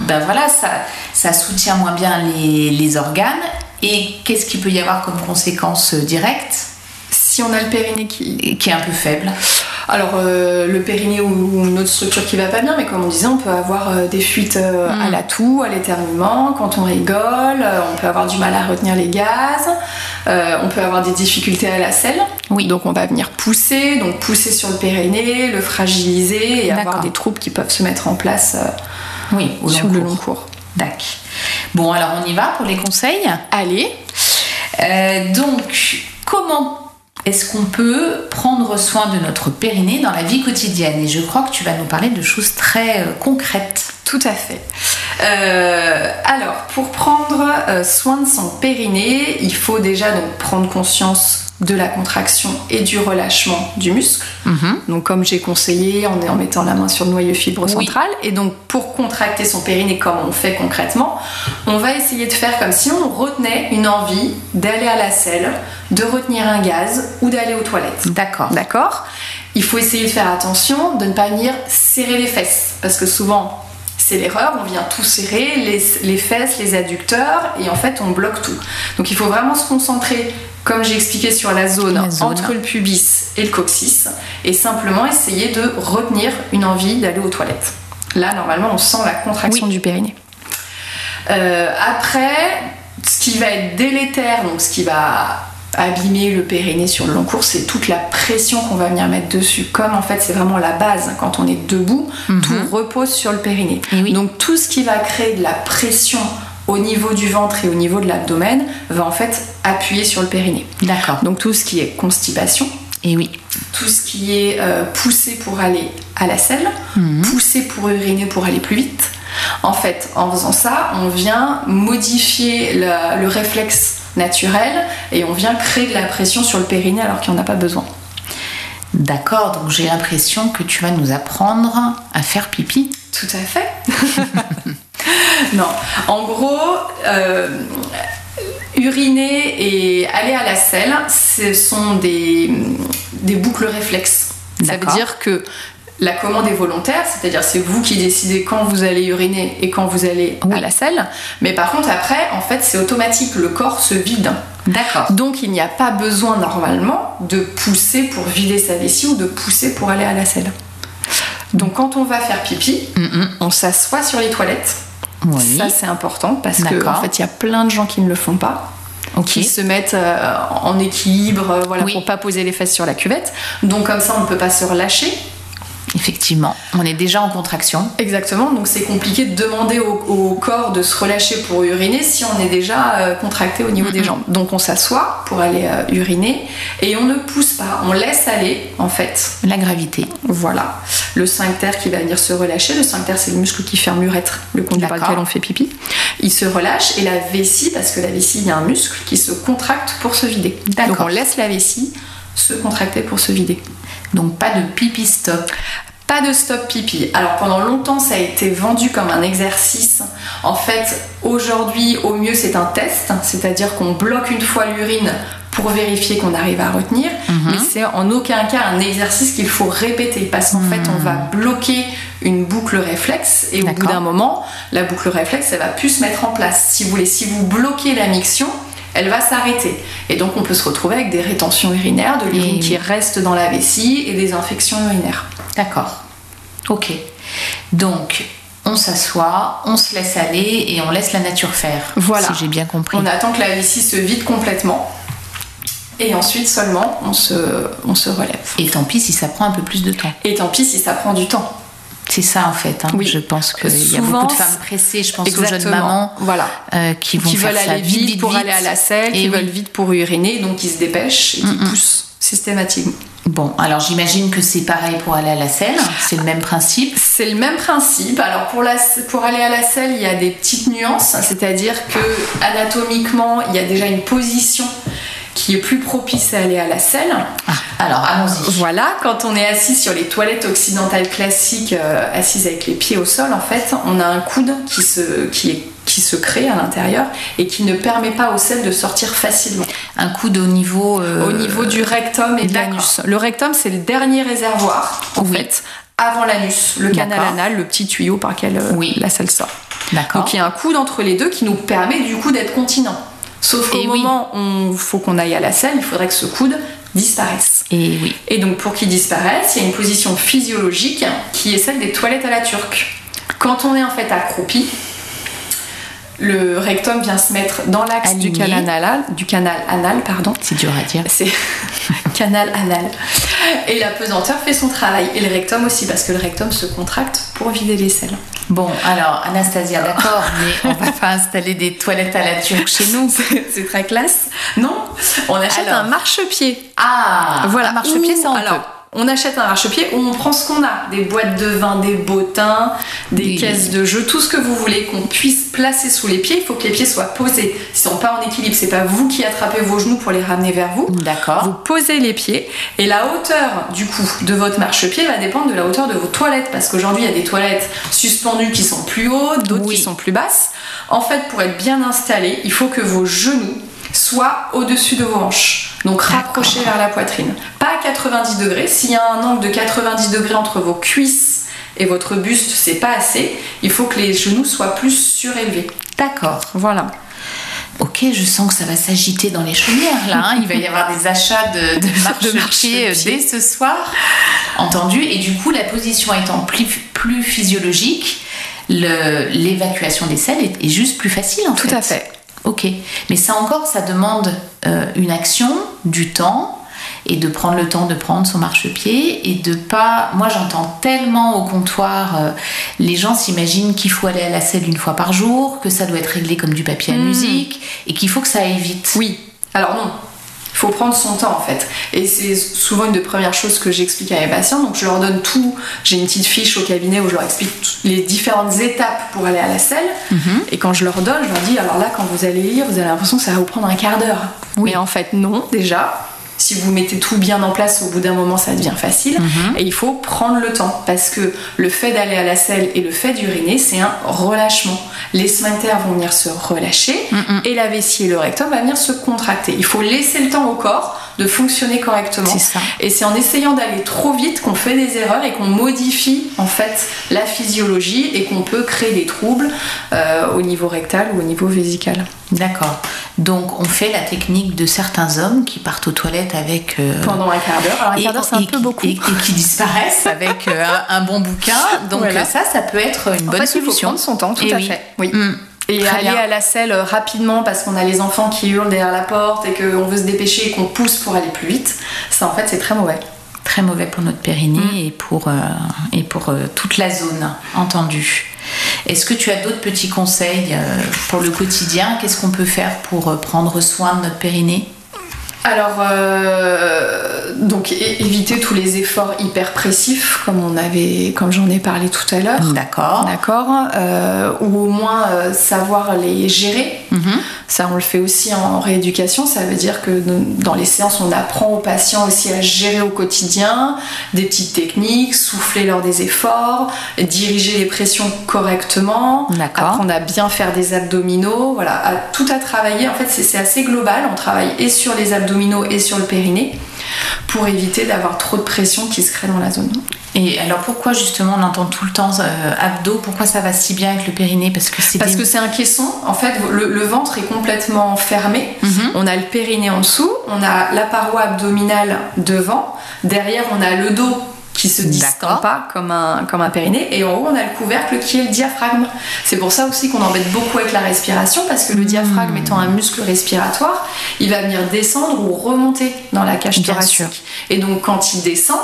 [SPEAKER 1] ben voilà, ça, ça soutient moins bien les, les organes. Et qu'est-ce qu'il peut y avoir comme conséquence directe
[SPEAKER 2] Si on a le périnée qui.
[SPEAKER 1] et qui est un peu faible
[SPEAKER 2] Alors, euh, le périnée ou, ou une autre structure qui va pas bien, mais comme on disait, on peut avoir euh, des fuites euh, à la toux, à l'éternuement, quand on rigole, euh, on peut avoir du mal à retenir les gaz, euh, on peut avoir des difficultés à la selle.
[SPEAKER 3] Oui.
[SPEAKER 2] Donc, on va venir pousser, donc pousser sur le périnée, le fragiliser et avoir
[SPEAKER 3] D'accord.
[SPEAKER 2] des troubles qui peuvent se mettre en place euh,
[SPEAKER 1] Oui, au long
[SPEAKER 2] sur le long
[SPEAKER 1] cours.
[SPEAKER 2] cours.
[SPEAKER 1] D'accord. Bon, alors on y va pour les conseils.
[SPEAKER 2] Allez,
[SPEAKER 1] Euh, donc, comment est-ce qu'on peut prendre soin de notre périnée dans la vie quotidienne Et je crois que tu vas nous parler de choses très euh, concrètes.
[SPEAKER 2] Tout à fait. Euh, alors, pour prendre euh, soin de son périnée, il faut déjà donc prendre conscience de la contraction et du relâchement du muscle.
[SPEAKER 3] Mhm.
[SPEAKER 2] Donc, comme j'ai conseillé, en, en mettant la main sur le noyau fibreux
[SPEAKER 3] Oui.
[SPEAKER 2] central. Et donc, pour contracter son périnée, comme on fait concrètement, on va essayer de faire comme si on retenait une envie d'aller à la selle, de retenir un gaz ou d'aller aux toilettes.
[SPEAKER 3] D'accord.
[SPEAKER 2] D'accord Il faut essayer de faire attention de ne pas venir serrer les fesses. Parce que souvent, c'est l'erreur, on vient tout serrer, les, les fesses, les adducteurs, et en fait on bloque tout. Donc il faut vraiment se concentrer, comme j'ai expliqué sur la zone,
[SPEAKER 3] La zone.
[SPEAKER 2] entre le pubis et le coccyx, et simplement essayer de retenir une envie d'aller aux toilettes. Là, normalement, on sent la contraction du périnée. Euh, après, ce qui va être délétère, donc ce qui va abîmer le périnée sur le long cours, c'est toute la pression qu'on va venir mettre dessus. Comme en fait, c'est vraiment la base. Quand on est debout, tout repose sur le périnée.
[SPEAKER 3] Mhm. Et oui.
[SPEAKER 2] Donc tout ce qui va créer de la pression au niveau du ventre et au niveau de l'abdomen va en fait appuyer sur le périnée.
[SPEAKER 3] D'accord.
[SPEAKER 2] Donc tout ce qui est constipation,
[SPEAKER 3] Et oui.
[SPEAKER 2] tout ce qui est euh, poussé pour aller à la selle, poussé pour uriner pour aller plus vite. En fait, en faisant ça, on vient modifier la- le réflexe naturel et on vient créer de la pression sur le périnée alors qu'il n'y en a pas besoin.
[SPEAKER 1] D'accord, donc j'ai l'impression que tu vas nous apprendre à faire pipi.
[SPEAKER 2] Tout à fait. non, en gros, euh, uriner et aller à la selle, ce sont des, des boucles réflexes. Ça veut
[SPEAKER 3] D'accord.
[SPEAKER 2] dire que la commande est volontaire, c'est-à-dire c'est vous qui décidez quand vous allez uriner et quand vous allez à
[SPEAKER 3] Oui.
[SPEAKER 2] la selle. Mais par contre, après, en fait, c'est automatique, le corps se vide.
[SPEAKER 1] D'accord.
[SPEAKER 2] Donc il n'y a pas besoin normalement de pousser pour vider sa vessie ou de pousser pour aller à la selle. Donc quand on va faire pipi, on s'assoit sur les toilettes.
[SPEAKER 1] Oui.
[SPEAKER 2] Ça c'est important parce que
[SPEAKER 1] D'accord.
[SPEAKER 2] en fait il y a plein de gens qui ne le font pas,
[SPEAKER 1] ok.
[SPEAKER 2] qui se mettent euh, en équilibre, euh, voilà,
[SPEAKER 1] Oui.
[SPEAKER 2] pour pas poser les fesses sur la cuvette. Donc comme ça on ne peut pas se relâcher.
[SPEAKER 1] Effectivement, on est déjà en contraction.
[SPEAKER 2] Exactement. Donc c'est compliqué de demander au, au corps de se relâcher pour uriner si on est déjà euh, contracté au niveau des jambes. Donc on s'assoit pour aller euh, uriner et on ne pousse pas, on laisse aller en fait.
[SPEAKER 1] La gravité.
[SPEAKER 2] Voilà. Le sphincter qui va venir se relâcher. Le sphincter c'est le muscle qui ferme l'urètre, le conduit par
[SPEAKER 1] D'accord.
[SPEAKER 2] lequel on fait pipi. Il se relâche et la vessie, parce que la vessie il y a un muscle qui se contracte pour se vider.
[SPEAKER 1] D'accord.
[SPEAKER 2] Donc on laisse la vessie se contracter pour se vider.
[SPEAKER 1] Donc pas de pipi stop.
[SPEAKER 2] Pas de stop pipi. Alors pendant longtemps ça a été vendu comme un exercice. En fait aujourd'hui au mieux c'est un test, c'est-à-dire qu'on bloque une fois l'urine pour vérifier qu'on arrive à retenir, mais c'est en aucun cas un exercice qu'il faut répéter parce qu'en fait on va bloquer une boucle réflexe et au bout
[SPEAKER 3] D'accord.
[SPEAKER 2] d'un moment la boucle réflexe elle va plus se mettre en place. Si vous voulez, si vous bloquez la miction, elle va s'arrêter et donc on peut se retrouver avec des rétentions urinaires, de l'urine
[SPEAKER 1] Et-
[SPEAKER 2] qui reste dans la vessie et des infections urinaires.
[SPEAKER 1] D'accord. Ok. Donc on s'assoit, on se laisse aller et on laisse la nature faire.
[SPEAKER 2] Voilà.
[SPEAKER 1] Si j'ai bien compris.
[SPEAKER 2] On attend que la vessie se vide complètement. Et ensuite seulement, on se, on se relève.
[SPEAKER 1] Et tant pis si ça prend un peu plus de temps.
[SPEAKER 2] Et tant pis si ça prend du temps.
[SPEAKER 1] C'est ça en fait. hein.
[SPEAKER 2] Oui.
[SPEAKER 1] Je pense qu'il y a
[SPEAKER 2] Souvent,
[SPEAKER 1] beaucoup de femmes pressées. Je pense aux jeunes
[SPEAKER 2] Exactement.
[SPEAKER 1] mamans
[SPEAKER 2] Voilà.
[SPEAKER 1] euh, qui vont
[SPEAKER 2] Qui
[SPEAKER 1] faire
[SPEAKER 2] veulent
[SPEAKER 1] ça
[SPEAKER 2] aller
[SPEAKER 1] vite,
[SPEAKER 2] vite,
[SPEAKER 1] vite,
[SPEAKER 2] pour
[SPEAKER 1] vite.
[SPEAKER 2] aller à la selle,
[SPEAKER 1] Et
[SPEAKER 2] qui
[SPEAKER 1] oui.
[SPEAKER 2] veulent vite pour uriner, donc qui se dépêchent et qui poussent systématiquement.
[SPEAKER 1] Bon, alors j'imagine que c'est pareil pour aller à la selle. C'est le même principe.
[SPEAKER 2] C'est le même principe. Alors pour, la- pour aller à la selle, il y a des petites nuances, c'est-à-dire que anatomiquement, il y a déjà une position qui est plus propice à aller à la selle.
[SPEAKER 1] Alors allons-y.
[SPEAKER 2] Voilà, quand on est assis sur les toilettes occidentales classiques, euh, assises avec les pieds au sol, en fait, on a un coude qui se, qui est- qui se crée à l'intérieur et qui ne permet pas aux selles de sortir facilement.
[SPEAKER 1] Un coup de haut niveau. euh,
[SPEAKER 2] Au niveau du rectum et de
[SPEAKER 1] d'accord.
[SPEAKER 2] l'anus. Le rectum, c'est le dernier réservoir, en
[SPEAKER 1] Oui.
[SPEAKER 2] fait, avant l'anus, le canal
[SPEAKER 1] D'accord.
[SPEAKER 2] anal, le petit tuyau par lequel euh,
[SPEAKER 1] Oui.
[SPEAKER 2] la selle sort.
[SPEAKER 1] D'accord.
[SPEAKER 2] Donc il y a un coude entre les deux qui nous permet du coup d'être continent. Sauf qu'au
[SPEAKER 1] Et Eh oui.
[SPEAKER 2] moment où il faut qu'on aille à la selle, il faudrait que ce coude disparaisse.
[SPEAKER 1] Et oui.
[SPEAKER 2] Et donc pour qu'ils disparaissent, il y a une position physiologique qui est celle des toilettes à la turque. Quand on est en fait accroupi, le rectum vient se mettre dans l'axe du
[SPEAKER 1] Aligné.
[SPEAKER 2] canal anal, du canal anal pardon.
[SPEAKER 1] C'est dur à dire.
[SPEAKER 2] C'est canal anal. Et la pesanteur fait son travail. Et le rectum aussi, parce que le rectum se contracte pour vider les selles.
[SPEAKER 1] Bon, alors Anastasia, d'accord, mais on va pas installer des toilettes à la turque chez nous.
[SPEAKER 2] C'est c'est très classe. Non, on achète
[SPEAKER 1] Alors.
[SPEAKER 2] un marchepied.
[SPEAKER 1] Ah,
[SPEAKER 2] Voilà,
[SPEAKER 1] un marchepied,
[SPEAKER 2] Ou-
[SPEAKER 1] ça on
[SPEAKER 2] alors, On achète un marchepied où on prend ce qu'on a, des boîtes de vin, des bottins, des
[SPEAKER 1] Des-
[SPEAKER 2] caisses de jeu, tout ce que vous voulez qu'on puisse placer sous les pieds. Il faut que les pieds soient posés. Ils sont pas en équilibre, c'est pas vous qui attrapez vos genoux pour les ramener vers vous.
[SPEAKER 1] peut.
[SPEAKER 2] Vous
[SPEAKER 1] D'accord.
[SPEAKER 2] posez les pieds et la hauteur du coup de votre marchepied va dépendre de la hauteur de vos toilettes parce qu'aujourd'hui il y a des toilettes suspendues qui sont plus hautes, d'autres
[SPEAKER 1] Oui.
[SPEAKER 2] qui sont plus basses. En fait, pour être bien installé, il faut que vos genoux soient au-dessus de vos hanches. Donc rapprochés vers la poitrine. Pas à 90 degrés. S'il y a un angle de 90 degrés entre vos cuisses et votre buste, c'est pas assez, il faut que les genoux soient plus surélevés.
[SPEAKER 1] D'accord.
[SPEAKER 2] Voilà.
[SPEAKER 1] Ok, je sens que ça va s'agiter dans les chaumières là. hein. Il va y avoir des achats de, de marche,
[SPEAKER 3] de
[SPEAKER 1] de
[SPEAKER 3] marche
[SPEAKER 1] pied,
[SPEAKER 3] de
[SPEAKER 1] euh,
[SPEAKER 3] pied.
[SPEAKER 1] dès ce soir. Entendu. Et du coup, la position étant plus, plus physiologique, le- l'évacuation des selles est, est juste plus facile en
[SPEAKER 2] Tout à fait.
[SPEAKER 1] Ok. Mais ça encore, ça demande euh, une action, du temps et de prendre le temps de prendre son marchepied et de pas moi j'entends tellement au comptoir euh, les gens s'imaginent qu'il faut aller à la selle une fois par jour que ça doit être réglé comme du papier à
[SPEAKER 2] Mhm.
[SPEAKER 1] musique et qu'il faut que ça aille vite
[SPEAKER 2] Oui. Alors non. Il faut prendre son temps en fait. Et c'est souvent une des premières choses que j'explique à mes patients. Donc je leur donne tout. J'ai une petite fiche au cabinet où je leur explique toutes les différentes étapes pour aller à la selle. Et quand je leur donne, je leur dis alors là, quand vous allez lire, vous avez l'impression que ça va vous prendre un quart d'heure. Mais en fait, non, déjà. Si vous mettez tout bien en place, au bout d'un moment, ça devient facile.
[SPEAKER 1] Mhm.
[SPEAKER 2] Et il faut prendre le temps. Parce que le fait d'aller à la selle et le fait d'uriner, c'est un relâchement. Les sphincters vont venir se relâcher
[SPEAKER 1] Mm,
[SPEAKER 2] et la vessie et le rectum va venir se contracter. Il faut laisser le temps au corps de fonctionner correctement.
[SPEAKER 1] C'est ça.
[SPEAKER 2] Et c'est en essayant d'aller trop vite qu'on fait des erreurs et qu'on modifie en fait la physiologie et qu'on peut créer des troubles euh, au niveau rectal ou au niveau vésical.
[SPEAKER 1] D'accord. Donc on fait la technique de certains hommes qui partent aux toilettes avec euh,
[SPEAKER 2] Pendant un quart d'heure. Alors un
[SPEAKER 1] et-
[SPEAKER 2] quart d'heure Ah, c'est un
[SPEAKER 1] et
[SPEAKER 2] peu
[SPEAKER 1] qui-
[SPEAKER 2] beaucoup.
[SPEAKER 1] et, et qui disparaissent avec euh, un, un bon bouquin. Donc
[SPEAKER 2] Voilà.
[SPEAKER 1] euh, ça, ça peut être une
[SPEAKER 2] En
[SPEAKER 1] bonne
[SPEAKER 2] fait,
[SPEAKER 1] solution.
[SPEAKER 2] Il faut prendre son temps, tout
[SPEAKER 1] Eh
[SPEAKER 2] à
[SPEAKER 1] oui.
[SPEAKER 2] fait. Oui.
[SPEAKER 1] Mm.
[SPEAKER 2] Et
[SPEAKER 1] Très
[SPEAKER 2] aller
[SPEAKER 1] bien.
[SPEAKER 2] à la selle euh, rapidement parce qu'on a les enfants qui hurlent derrière la porte et qu'on veut se dépêcher et qu'on pousse pour aller plus vite, ça en fait c'est très mauvais.
[SPEAKER 1] Très mauvais pour notre périnée
[SPEAKER 2] Mm.
[SPEAKER 1] et pour, euh, et pour euh, toute la zone, entendu. Est-ce que tu as d'autres petits conseils euh, pour le quotidien Qu'est-ce qu'on peut faire pour euh, prendre soin de notre périnée
[SPEAKER 2] Alors, euh, donc é- éviter tous les efforts hyper pressifs, comme on avait, comme j'en ai parlé tout à l'heure.
[SPEAKER 1] D'accord.
[SPEAKER 2] D'accord, euh, ou au moins euh, savoir les gérer. Ça, on le fait aussi en rééducation. Ça veut dire que de- dans les séances, on apprend aux patients aussi à gérer au quotidien des petites techniques, souffler lors des efforts, diriger les pressions correctement,
[SPEAKER 1] D'accord.
[SPEAKER 2] apprendre à bien faire des abdominaux. Voilà, à- tout à travailler. En fait, c'est c'est assez global. On travaille et sur les abdominaux et sur le périnée pour éviter d'avoir trop de pression qui se crée dans la zone.
[SPEAKER 1] Et alors pourquoi justement on entend tout le temps euh, abdos Pourquoi ça va si bien avec le périnée Parce que c'est
[SPEAKER 2] Parce
[SPEAKER 1] des-
[SPEAKER 2] que c'est un caisson, en fait, le, le ventre est complètement fermé.
[SPEAKER 1] Mhm.
[SPEAKER 2] On a le périnée en dessous, on a la paroi abdominale devant, derrière on a le dos qui se distend
[SPEAKER 1] D'accord.
[SPEAKER 2] pas comme un, comme un périnée, et en haut on a le couvercle qui est le diaphragme. C'est pour ça aussi qu'on embête beaucoup avec la respiration, parce que le diaphragme étant un muscle respiratoire, il va venir descendre ou remonter dans la cage
[SPEAKER 1] Bien
[SPEAKER 2] thoracique.
[SPEAKER 1] sûr.
[SPEAKER 2] Et donc quand il descend,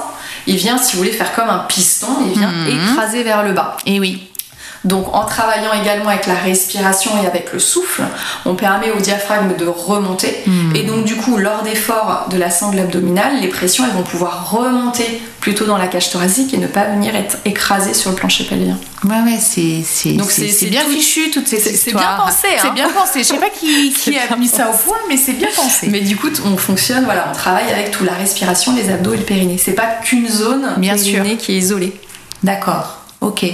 [SPEAKER 2] il vient, si vous voulez, faire comme un piston, il vient écraser vers le bas.
[SPEAKER 1] Eh oui.
[SPEAKER 2] Donc en travaillant également avec la respiration et avec le souffle, on permet au diaphragme de remonter. Et donc du coup, lors d'efforts de la sangle abdominale, les pressions elles vont pouvoir remonter plutôt dans la cage thoracique et ne pas venir être écrasées sur le plancher pelvien.
[SPEAKER 1] Ouais, ouais, c'est c'est
[SPEAKER 2] Donc,
[SPEAKER 1] c'est-
[SPEAKER 2] c'est-
[SPEAKER 1] c'est
[SPEAKER 2] c'est
[SPEAKER 1] bien
[SPEAKER 2] tout-
[SPEAKER 1] fichu toutes ces
[SPEAKER 2] c'est- c'est bien
[SPEAKER 1] histoires.
[SPEAKER 2] pensé, hein.
[SPEAKER 1] C'est bien pensé. Je sais pas qui, qui a mis ça au point, mais c'est bien pensé.
[SPEAKER 2] Mais du coup, t- on fonctionne, voilà, on travaille avec tout la respiration, les abdos et le périnée. C'est pas qu'une zone
[SPEAKER 1] Bien
[SPEAKER 2] périnée qui est isolée.
[SPEAKER 1] D'accord. Ok.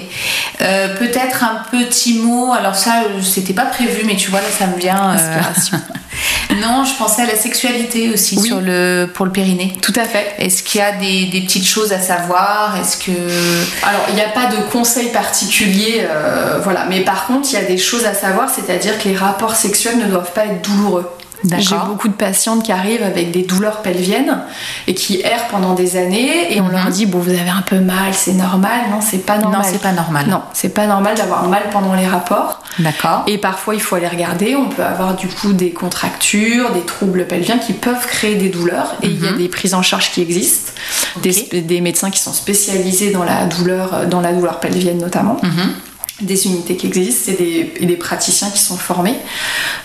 [SPEAKER 1] Euh, Peut-être un petit mot. Alors ça, euh, c'était pas prévu, mais tu vois là, ça me vient. euh, non, je pensais à la sexualité aussi
[SPEAKER 2] Oui.
[SPEAKER 1] sur le pour le périnée.
[SPEAKER 2] Tout à fait.
[SPEAKER 1] Est-ce qu'il y a des, des petites choses à savoir Est-ce que
[SPEAKER 2] Alors, il n'y a pas de conseil particulier, euh, voilà. Mais par contre, il y a des choses à savoir, c'est-à-dire que les rapports sexuels ne doivent pas être douloureux.
[SPEAKER 1] D'accord.
[SPEAKER 2] J'ai beaucoup de patientes qui arrivent avec des douleurs pelviennes et qui errent pendant des années et on leur dit bon vous avez un peu mal, c'est normal. Non, c'est pas normal.
[SPEAKER 1] Mhm. non, c'est pas normal.
[SPEAKER 2] Non, c'est pas normal d'avoir mal pendant les rapports.
[SPEAKER 1] D'accord.
[SPEAKER 2] Et parfois, il faut aller regarder. On peut avoir du coup des contractures, des troubles pelviens qui peuvent créer des douleurs. Et il y a des prises en charge qui existent, des, sp- des médecins qui sont spécialisés dans la douleur, euh, dans la douleur pelvienne notamment. Des unités qui existent et des, et des praticiens qui sont formés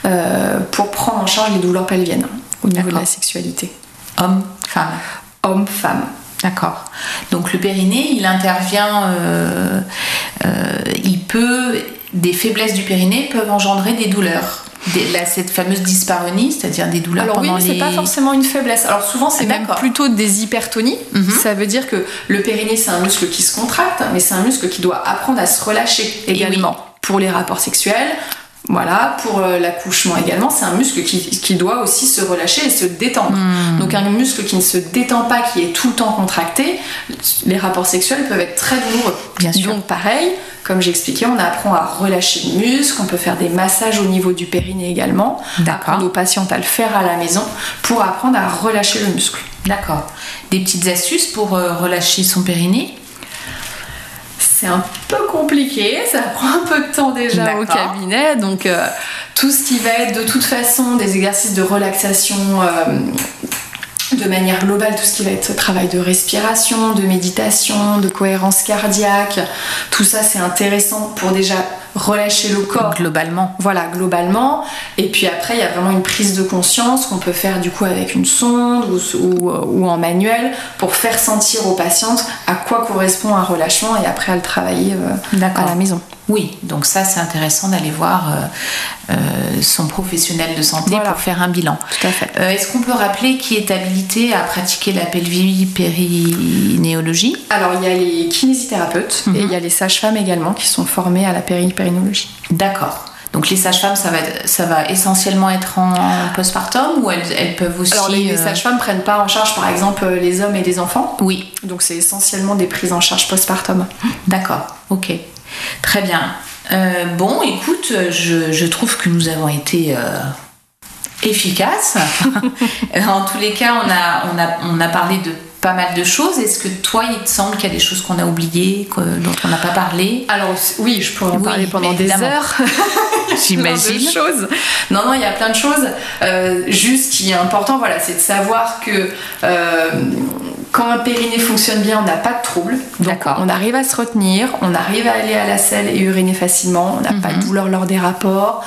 [SPEAKER 2] euh, pour prendre en charge les douleurs pelviennes au niveau de
[SPEAKER 1] D'accord.
[SPEAKER 2] la sexualité.
[SPEAKER 1] Homme, femme.
[SPEAKER 2] Hommes, femmes.
[SPEAKER 1] D'accord. Donc le périnée, il intervient, euh, euh, il peut, des faiblesses du périnée peuvent engendrer des douleurs. Des- là, cette fameuse dyspareunie, c'est-à-dire des douleurs
[SPEAKER 2] Alors oui,
[SPEAKER 1] pendant
[SPEAKER 2] mais c'est
[SPEAKER 1] les-
[SPEAKER 2] pas forcément une faiblesse. Alors souvent, c'est
[SPEAKER 1] Ah,
[SPEAKER 2] même
[SPEAKER 1] d'accord.
[SPEAKER 2] plutôt des hypertonies.
[SPEAKER 1] Mhm.
[SPEAKER 2] Ça veut dire que le périnée, c'est un muscle qui se contracte, mais c'est un muscle qui doit apprendre à se relâcher
[SPEAKER 1] oui.
[SPEAKER 2] également pour les rapports sexuels, Voilà, pour euh, l'accouchement également, c'est un muscle qui, qui doit aussi se relâcher et se détendre.
[SPEAKER 1] Hmm.
[SPEAKER 2] Donc un muscle qui ne se détend pas, qui est tout le temps contracté, les rapports sexuels peuvent être très douloureux.
[SPEAKER 3] Bien sûr.
[SPEAKER 2] Donc pareil, comme j'expliquais, on apprend à relâcher le muscle, on peut faire des massages au niveau du périnée également,
[SPEAKER 3] D'accord.
[SPEAKER 2] apprendre aux patientes à le faire à la maison pour apprendre à relâcher le muscle.
[SPEAKER 1] D'accord. Des petites astuces pour euh, relâcher son périnée
[SPEAKER 2] C'est un peu compliqué, ça prend un peu de temps déjà au
[SPEAKER 3] D'accord.
[SPEAKER 2] cabinet, donc euh, tout ce qui va être de toute façon des exercices de relaxation euh, de manière globale, tout ce qui va être travail de respiration, de méditation, de cohérence cardiaque, tout ça c'est intéressant pour déjà relâcher le corps
[SPEAKER 3] Globalement.
[SPEAKER 2] voilà, globalement. Et puis après, il y a vraiment une prise de conscience qu'on peut faire du coup avec une sonde ou, ou, euh, ou en manuel pour faire sentir aux patientes à quoi correspond un relâchement et après à le travailler euh, à la maison.
[SPEAKER 1] Oui, donc ça c'est intéressant d'aller voir euh, euh, son professionnel de santé
[SPEAKER 2] Voilà.
[SPEAKER 1] pour faire un bilan.
[SPEAKER 2] Tout à fait.
[SPEAKER 1] Euh, Est-ce qu'on peut rappeler qui est habilité à pratiquer la pelvie périnéologie
[SPEAKER 2] Alors, il y a les kinésithérapeutes et il y a les sages-femmes également qui sont formées à la péripérinologie.
[SPEAKER 1] D'accord. Donc les sages-femmes, ça va, être- ça va essentiellement être en postpartum ou elles, elles peuvent aussi...
[SPEAKER 2] Alors, les, les
[SPEAKER 1] euh,
[SPEAKER 2] sages-femmes prennent pas en charge par exemple euh, les hommes et les enfants,
[SPEAKER 1] Oui,
[SPEAKER 2] donc c'est essentiellement des prises en charge postpartum.
[SPEAKER 1] d'accord, ok. Très bien. Euh, bon, écoute, je, je trouve que nous avons été euh, efficaces. en tous les cas, on a, on, a, on a parlé de pas mal de choses. Est-ce que toi, il te semble qu'il y a des choses qu'on a oubliées, que- dont on n'a pas parlé
[SPEAKER 2] Alors c- oui, je pourrais en
[SPEAKER 1] Oui,
[SPEAKER 2] parler pendant
[SPEAKER 1] mais
[SPEAKER 2] des
[SPEAKER 1] évidemment.
[SPEAKER 2] heures.
[SPEAKER 3] J'imagine.
[SPEAKER 2] Plein de choses. Non, non, il y a plein de choses. Euh, juste, ce qui est important, voilà, c'est de savoir que euh, quand un périnée fonctionne bien, on n'a pas de trouble. Donc,
[SPEAKER 1] D'accord.
[SPEAKER 2] on arrive à se retenir, on arrive à aller à la selle et uriner facilement, on n'a
[SPEAKER 3] Mhm.
[SPEAKER 2] pas de douleur lors des rapports,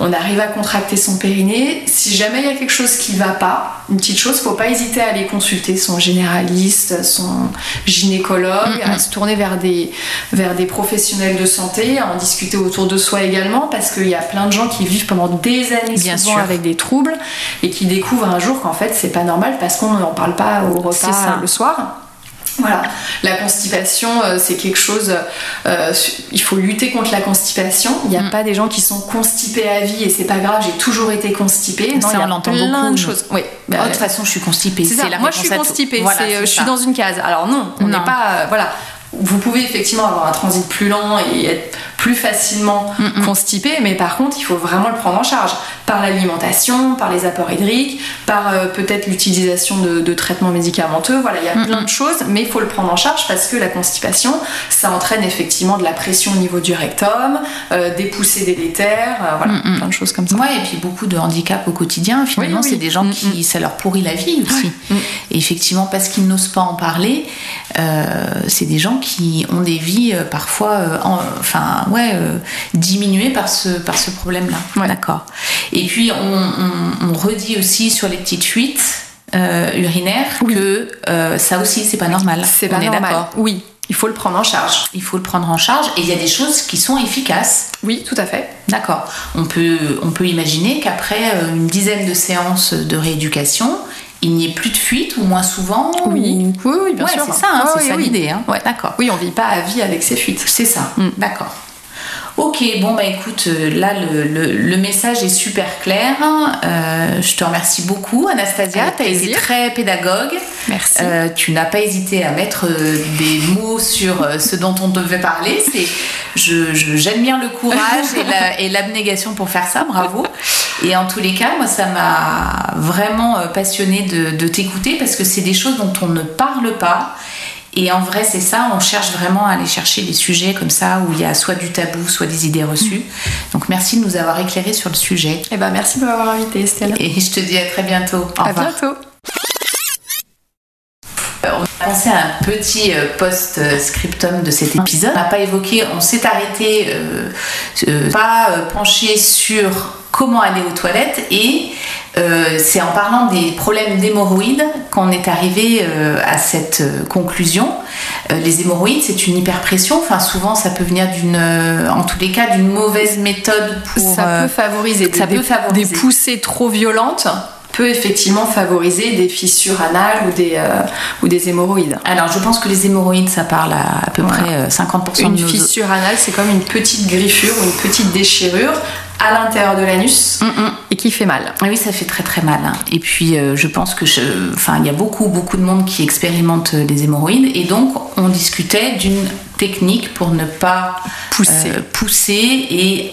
[SPEAKER 2] on arrive à contracter son périnée. Si jamais il y a quelque chose qui va pas, une petite chose, faut pas hésiter à aller consulter son généraliste, son gynécologue,
[SPEAKER 3] Mhm.
[SPEAKER 2] à se tourner vers des, vers des professionnels de santé, à en discuter autour de soi également, parce qu'il y a plein de gens qui vivent pendant des années
[SPEAKER 3] Bien
[SPEAKER 2] souvent
[SPEAKER 3] sûr.
[SPEAKER 2] avec des troubles et qui découvrent un jour qu'en fait c'est pas normal parce qu'on n'en parle pas au
[SPEAKER 3] C'est
[SPEAKER 2] repas
[SPEAKER 3] ça.
[SPEAKER 2] le soir. Voilà, la constipation, euh, c'est quelque chose. euh, su- il faut lutter contre la constipation. Il
[SPEAKER 3] Mm.
[SPEAKER 2] n'y a pas des gens qui sont constipés à vie et c'est pas grave, j'ai toujours été constipée. Non,
[SPEAKER 3] Ça,
[SPEAKER 2] il y a
[SPEAKER 3] on l'entend
[SPEAKER 2] plein
[SPEAKER 3] beaucoup,
[SPEAKER 2] de
[SPEAKER 3] nous.
[SPEAKER 2] choses. Oui,
[SPEAKER 1] Oh,
[SPEAKER 2] bah,
[SPEAKER 1] De toute façon, je suis constipée.
[SPEAKER 2] c'est ça.
[SPEAKER 1] la
[SPEAKER 2] Moi, je
[SPEAKER 1] réponse
[SPEAKER 2] suis
[SPEAKER 1] à tout.
[SPEAKER 2] constipée.
[SPEAKER 1] Voilà,
[SPEAKER 2] c'est, euh,
[SPEAKER 1] c'est
[SPEAKER 2] je suis
[SPEAKER 1] ça.
[SPEAKER 2] dans une case. Alors non, on n'est
[SPEAKER 3] Non.
[SPEAKER 2] pas. euh, voilà. Vous pouvez effectivement avoir un transit plus lent et être plus facilement
[SPEAKER 1] Mm,
[SPEAKER 2] constipé, mais par contre, il faut vraiment le prendre en charge par l'alimentation, par les apports hydriques, par euh, peut-être l'utilisation de, de traitements médicamenteux. Voilà, il y a
[SPEAKER 1] Mm,
[SPEAKER 2] plein de choses, mais il faut le prendre en charge parce que la constipation, ça entraîne effectivement de la pression au niveau du rectum, euh, des poussées délétères, euh,
[SPEAKER 1] Mm,
[SPEAKER 2] voilà, plein de choses comme ça.
[SPEAKER 1] Ouais, et puis beaucoup de handicaps au quotidien, finalement,
[SPEAKER 2] Oui, Mm, oui.
[SPEAKER 1] c'est des gens qui, ça leur pourrit la vie aussi. Et effectivement, parce qu'ils n'osent pas en parler, euh, c'est des gens qui ont des vies euh, parfois, euh, en- enfin, ouais, euh, diminuées par ce, par ce problème-là. D'accord. Et puis, on, on- on redit aussi sur les petites fuites euh, urinaires que euh, ça aussi, c'est pas normal.
[SPEAKER 2] C'est pas
[SPEAKER 1] on est
[SPEAKER 2] normal.
[SPEAKER 1] d'accord.
[SPEAKER 2] Oui, il faut le prendre en charge.
[SPEAKER 1] Il faut le prendre en charge et il y a des choses qui sont efficaces.
[SPEAKER 2] Oui, tout à fait.
[SPEAKER 1] D'accord. On peut, on peut imaginer qu'après euh, une dizaine de séances de rééducation, il n'y ait plus de fuite ou moins souvent.
[SPEAKER 2] Oui,
[SPEAKER 1] ou-
[SPEAKER 2] oui, oui, bien
[SPEAKER 1] Ouais,
[SPEAKER 2] sûr.
[SPEAKER 1] c'est ça, hein,
[SPEAKER 2] Ah,
[SPEAKER 1] c'est
[SPEAKER 2] oui,
[SPEAKER 1] ça
[SPEAKER 2] oui.
[SPEAKER 1] l'idée. hein. D'accord.
[SPEAKER 2] Oui, on vit pas à vie avec ses fuites.
[SPEAKER 1] C'est ça.
[SPEAKER 2] Mm.
[SPEAKER 1] D'accord. Ok, bon bah écoute, euh, là le, le- le message est super clair. Euh, je te remercie beaucoup Anastasia,
[SPEAKER 2] Avec
[SPEAKER 1] tu as été
[SPEAKER 2] plaisir.
[SPEAKER 1] très pédagogue.
[SPEAKER 2] Merci.
[SPEAKER 1] Euh, tu n'as pas hésité à mettre euh, des mots sur euh, ce dont on devait parler. C'est, je, je- j'admire le courage et, la- et l'abnégation pour faire ça, bravo. Et en tous les cas, moi, ça m'a vraiment passionné de, de t'écouter parce que c'est des choses dont on ne parle pas. Et en vrai, c'est ça, on cherche vraiment à aller chercher des sujets comme ça où il y a soit du tabou, soit des idées reçues. Donc merci de nous avoir éclairés sur le sujet.
[SPEAKER 2] Eh ben, merci de m'avoir invité, Estelle.
[SPEAKER 1] Et je te dis à très bientôt. Au
[SPEAKER 2] à
[SPEAKER 1] revoir.
[SPEAKER 2] bientôt.
[SPEAKER 1] On a pensé à un petit euh, post-scriptum de cet épisode. On n'a pas évoqué, on s'est arrêté, euh, euh, pas euh, penché sur comment aller aux toilettes et euh, c'est en parlant des problèmes d'hémorroïdes qu'on est arrivé euh, à cette euh, conclusion. Euh, les hémorroïdes, c'est une hyperpression. Enfin, souvent, ça peut venir d'une, euh, en tous les cas, d'une mauvaise méthode pour.
[SPEAKER 2] ça
[SPEAKER 1] euh,
[SPEAKER 2] peut favoriser des,
[SPEAKER 1] ça peut
[SPEAKER 2] des-
[SPEAKER 1] favoriser.
[SPEAKER 2] des poussées trop violentes peut effectivement favoriser des fissures anales ou des, euh, ou des hémorroïdes.
[SPEAKER 1] Alors, je pense que les hémorroïdes, ça parle à à peu
[SPEAKER 2] Voilà.
[SPEAKER 1] près euh, 50%
[SPEAKER 2] Une
[SPEAKER 1] de nos
[SPEAKER 2] fissure anale, c'est comme une petite griffure ou une petite déchirure à l'intérieur de l'anus
[SPEAKER 1] Mm, mm.
[SPEAKER 2] et qui fait mal.
[SPEAKER 1] Ah oui, ça fait très très mal. hein. Et puis, euh, je pense que, je... enfin, il y a beaucoup beaucoup de monde qui expérimente euh, des hémorroïdes, et donc on discutait d'une technique pour ne pas
[SPEAKER 2] Pousser.
[SPEAKER 1] euh, pousser et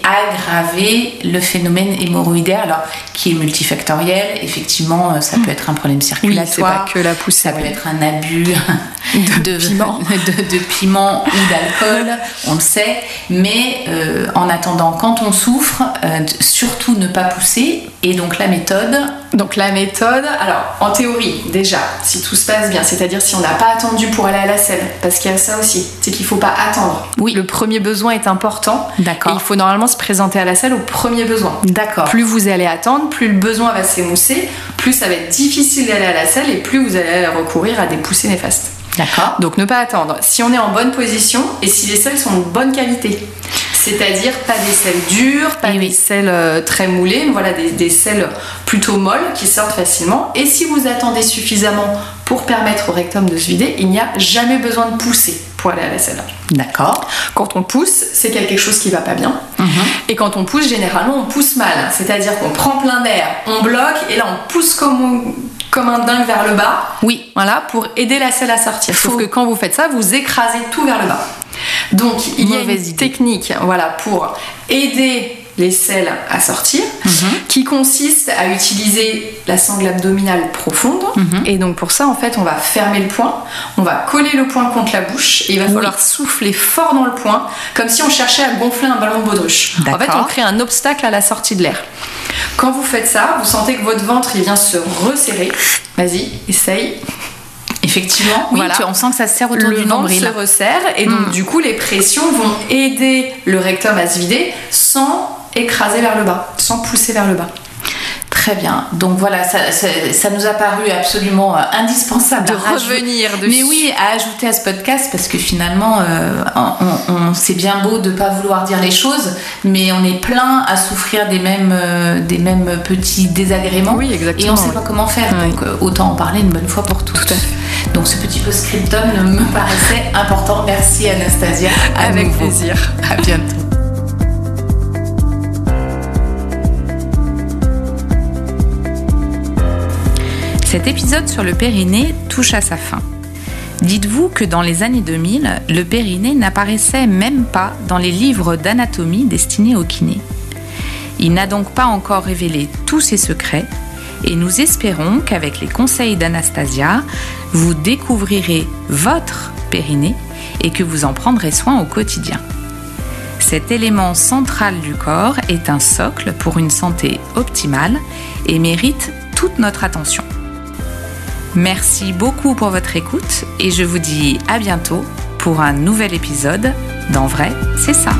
[SPEAKER 1] aggraver le phénomène hémorroïdaire, alors qui est multifactoriel. Effectivement, euh, ça peut être un problème
[SPEAKER 2] Hmm. Oui,
[SPEAKER 1] circulatoire.
[SPEAKER 2] c'est pas que la poussée.
[SPEAKER 1] Ça peut être un abus de,
[SPEAKER 2] piment.
[SPEAKER 1] de- de piment ou d'alcool, on le sait. Mais euh, en attendant, quand on souffre, euh, t- surtout ne pas pousser. Et donc la méthode,
[SPEAKER 2] Donc la méthode, alors en théorie déjà, si tout se passe bien, c'est-à-dire si on n'a pas attendu pour aller à la selle, parce qu'il y a ça aussi, c'est qu'il faut pas attendre.
[SPEAKER 1] Oui.
[SPEAKER 2] Le premier besoin est important. Et il
[SPEAKER 1] d'accord.
[SPEAKER 2] faut normalement se présenter à la selle au premier besoin.
[SPEAKER 1] D'accord.
[SPEAKER 2] Plus vous allez attendre, plus le besoin va s'émousser, plus ça va être difficile d'aller à la selle et plus vous allez recourir à des poussées néfastes.
[SPEAKER 1] D'accord.
[SPEAKER 2] Donc ne pas attendre. Si on est en bonne position et si les selles sont de bonne qualité, c'est-à-dire pas des selles dures, pas
[SPEAKER 1] Eh oui.
[SPEAKER 2] des selles euh, très moulées, mais voilà des, des selles plutôt molles qui sortent facilement. Et si vous attendez suffisamment pour permettre au rectum de se vider, il n'y a jamais besoin de pousser pour aller à la selle.
[SPEAKER 1] D'accord.
[SPEAKER 2] Quand on pousse, c'est qu'il y a quelque chose qui va pas bien.
[SPEAKER 1] Mhm.
[SPEAKER 2] Et quand on pousse, généralement, on pousse mal. C'est-à-dire qu'on prend plein d'air, on bloque, et là, on pousse comme, on- comme un dingue vers le bas.
[SPEAKER 1] Oui.
[SPEAKER 2] Voilà, pour aider la selle à sortir. Sauf
[SPEAKER 1] Faut-
[SPEAKER 2] que quand vous faites ça, vous écrasez tout vers le bas. Donc, il y a une
[SPEAKER 1] Mauvaise idée.
[SPEAKER 2] technique voilà, pour aider les selles à sortir,
[SPEAKER 1] Mhm.
[SPEAKER 2] qui consiste à utiliser la sangle abdominale profonde.
[SPEAKER 1] Mhm.
[SPEAKER 2] Et donc, pour ça, en fait, on va fermer le poing, on va coller le poing contre la bouche, et il va falloir souffler fort dans le poing, comme si on cherchait à gonfler un ballon baudruche. En fait, on
[SPEAKER 1] D'accord.
[SPEAKER 2] crée un obstacle à la sortie de l'air. Quand vous faites ça, vous sentez que votre ventre, il vient se resserrer. Vas-y, essaye.
[SPEAKER 1] Effectivement. Oui,
[SPEAKER 2] Voilà.
[SPEAKER 1] tu- on sent que ça se serre autour
[SPEAKER 2] le
[SPEAKER 1] du
[SPEAKER 2] ventre
[SPEAKER 1] nombril.
[SPEAKER 2] se resserre et donc
[SPEAKER 1] Mm.
[SPEAKER 2] du coup les pressions vont aider le rectum à se vider sans écraser vers le bas, sans pousser vers le bas.
[SPEAKER 1] Très bien. Donc voilà, ça, ça- ça nous a paru absolument euh, indispensable à rajouter- Mais oui, à ajouter à ce podcast, parce que finalement, euh, on, on- c'est bien beau de ne pas vouloir dire les choses, mais on est plein à souffrir des mêmes, euh, des mêmes petits désagréments.
[SPEAKER 2] Oui, exactement,
[SPEAKER 1] Et on ne sait
[SPEAKER 2] oui.
[SPEAKER 1] pas comment faire,
[SPEAKER 2] Oui.
[SPEAKER 1] donc euh, autant en parler une bonne fois pour toutes.
[SPEAKER 2] Tout à
[SPEAKER 1] Donc ce petit post-scriptum me paraissait important. Merci Anastasia. À
[SPEAKER 2] avec
[SPEAKER 1] nouveau.
[SPEAKER 2] plaisir.
[SPEAKER 1] À bientôt. Cet épisode sur le périnée touche à sa fin. Dites-vous que dans les années 2000, le périnée n'apparaissait même pas dans les livres d'anatomie destinés aux kinés. Il n'a donc pas encore révélé tous ses secrets et nous espérons qu'avec les conseils d'Anastasia, vous découvrirez votre périnée et que vous en prendrez soin au quotidien. Cet élément central du corps est un socle pour une santé optimale et mérite toute notre attention. Merci beaucoup pour votre écoute et je vous dis à bientôt pour un nouvel épisode d'En vrai, c'est ça.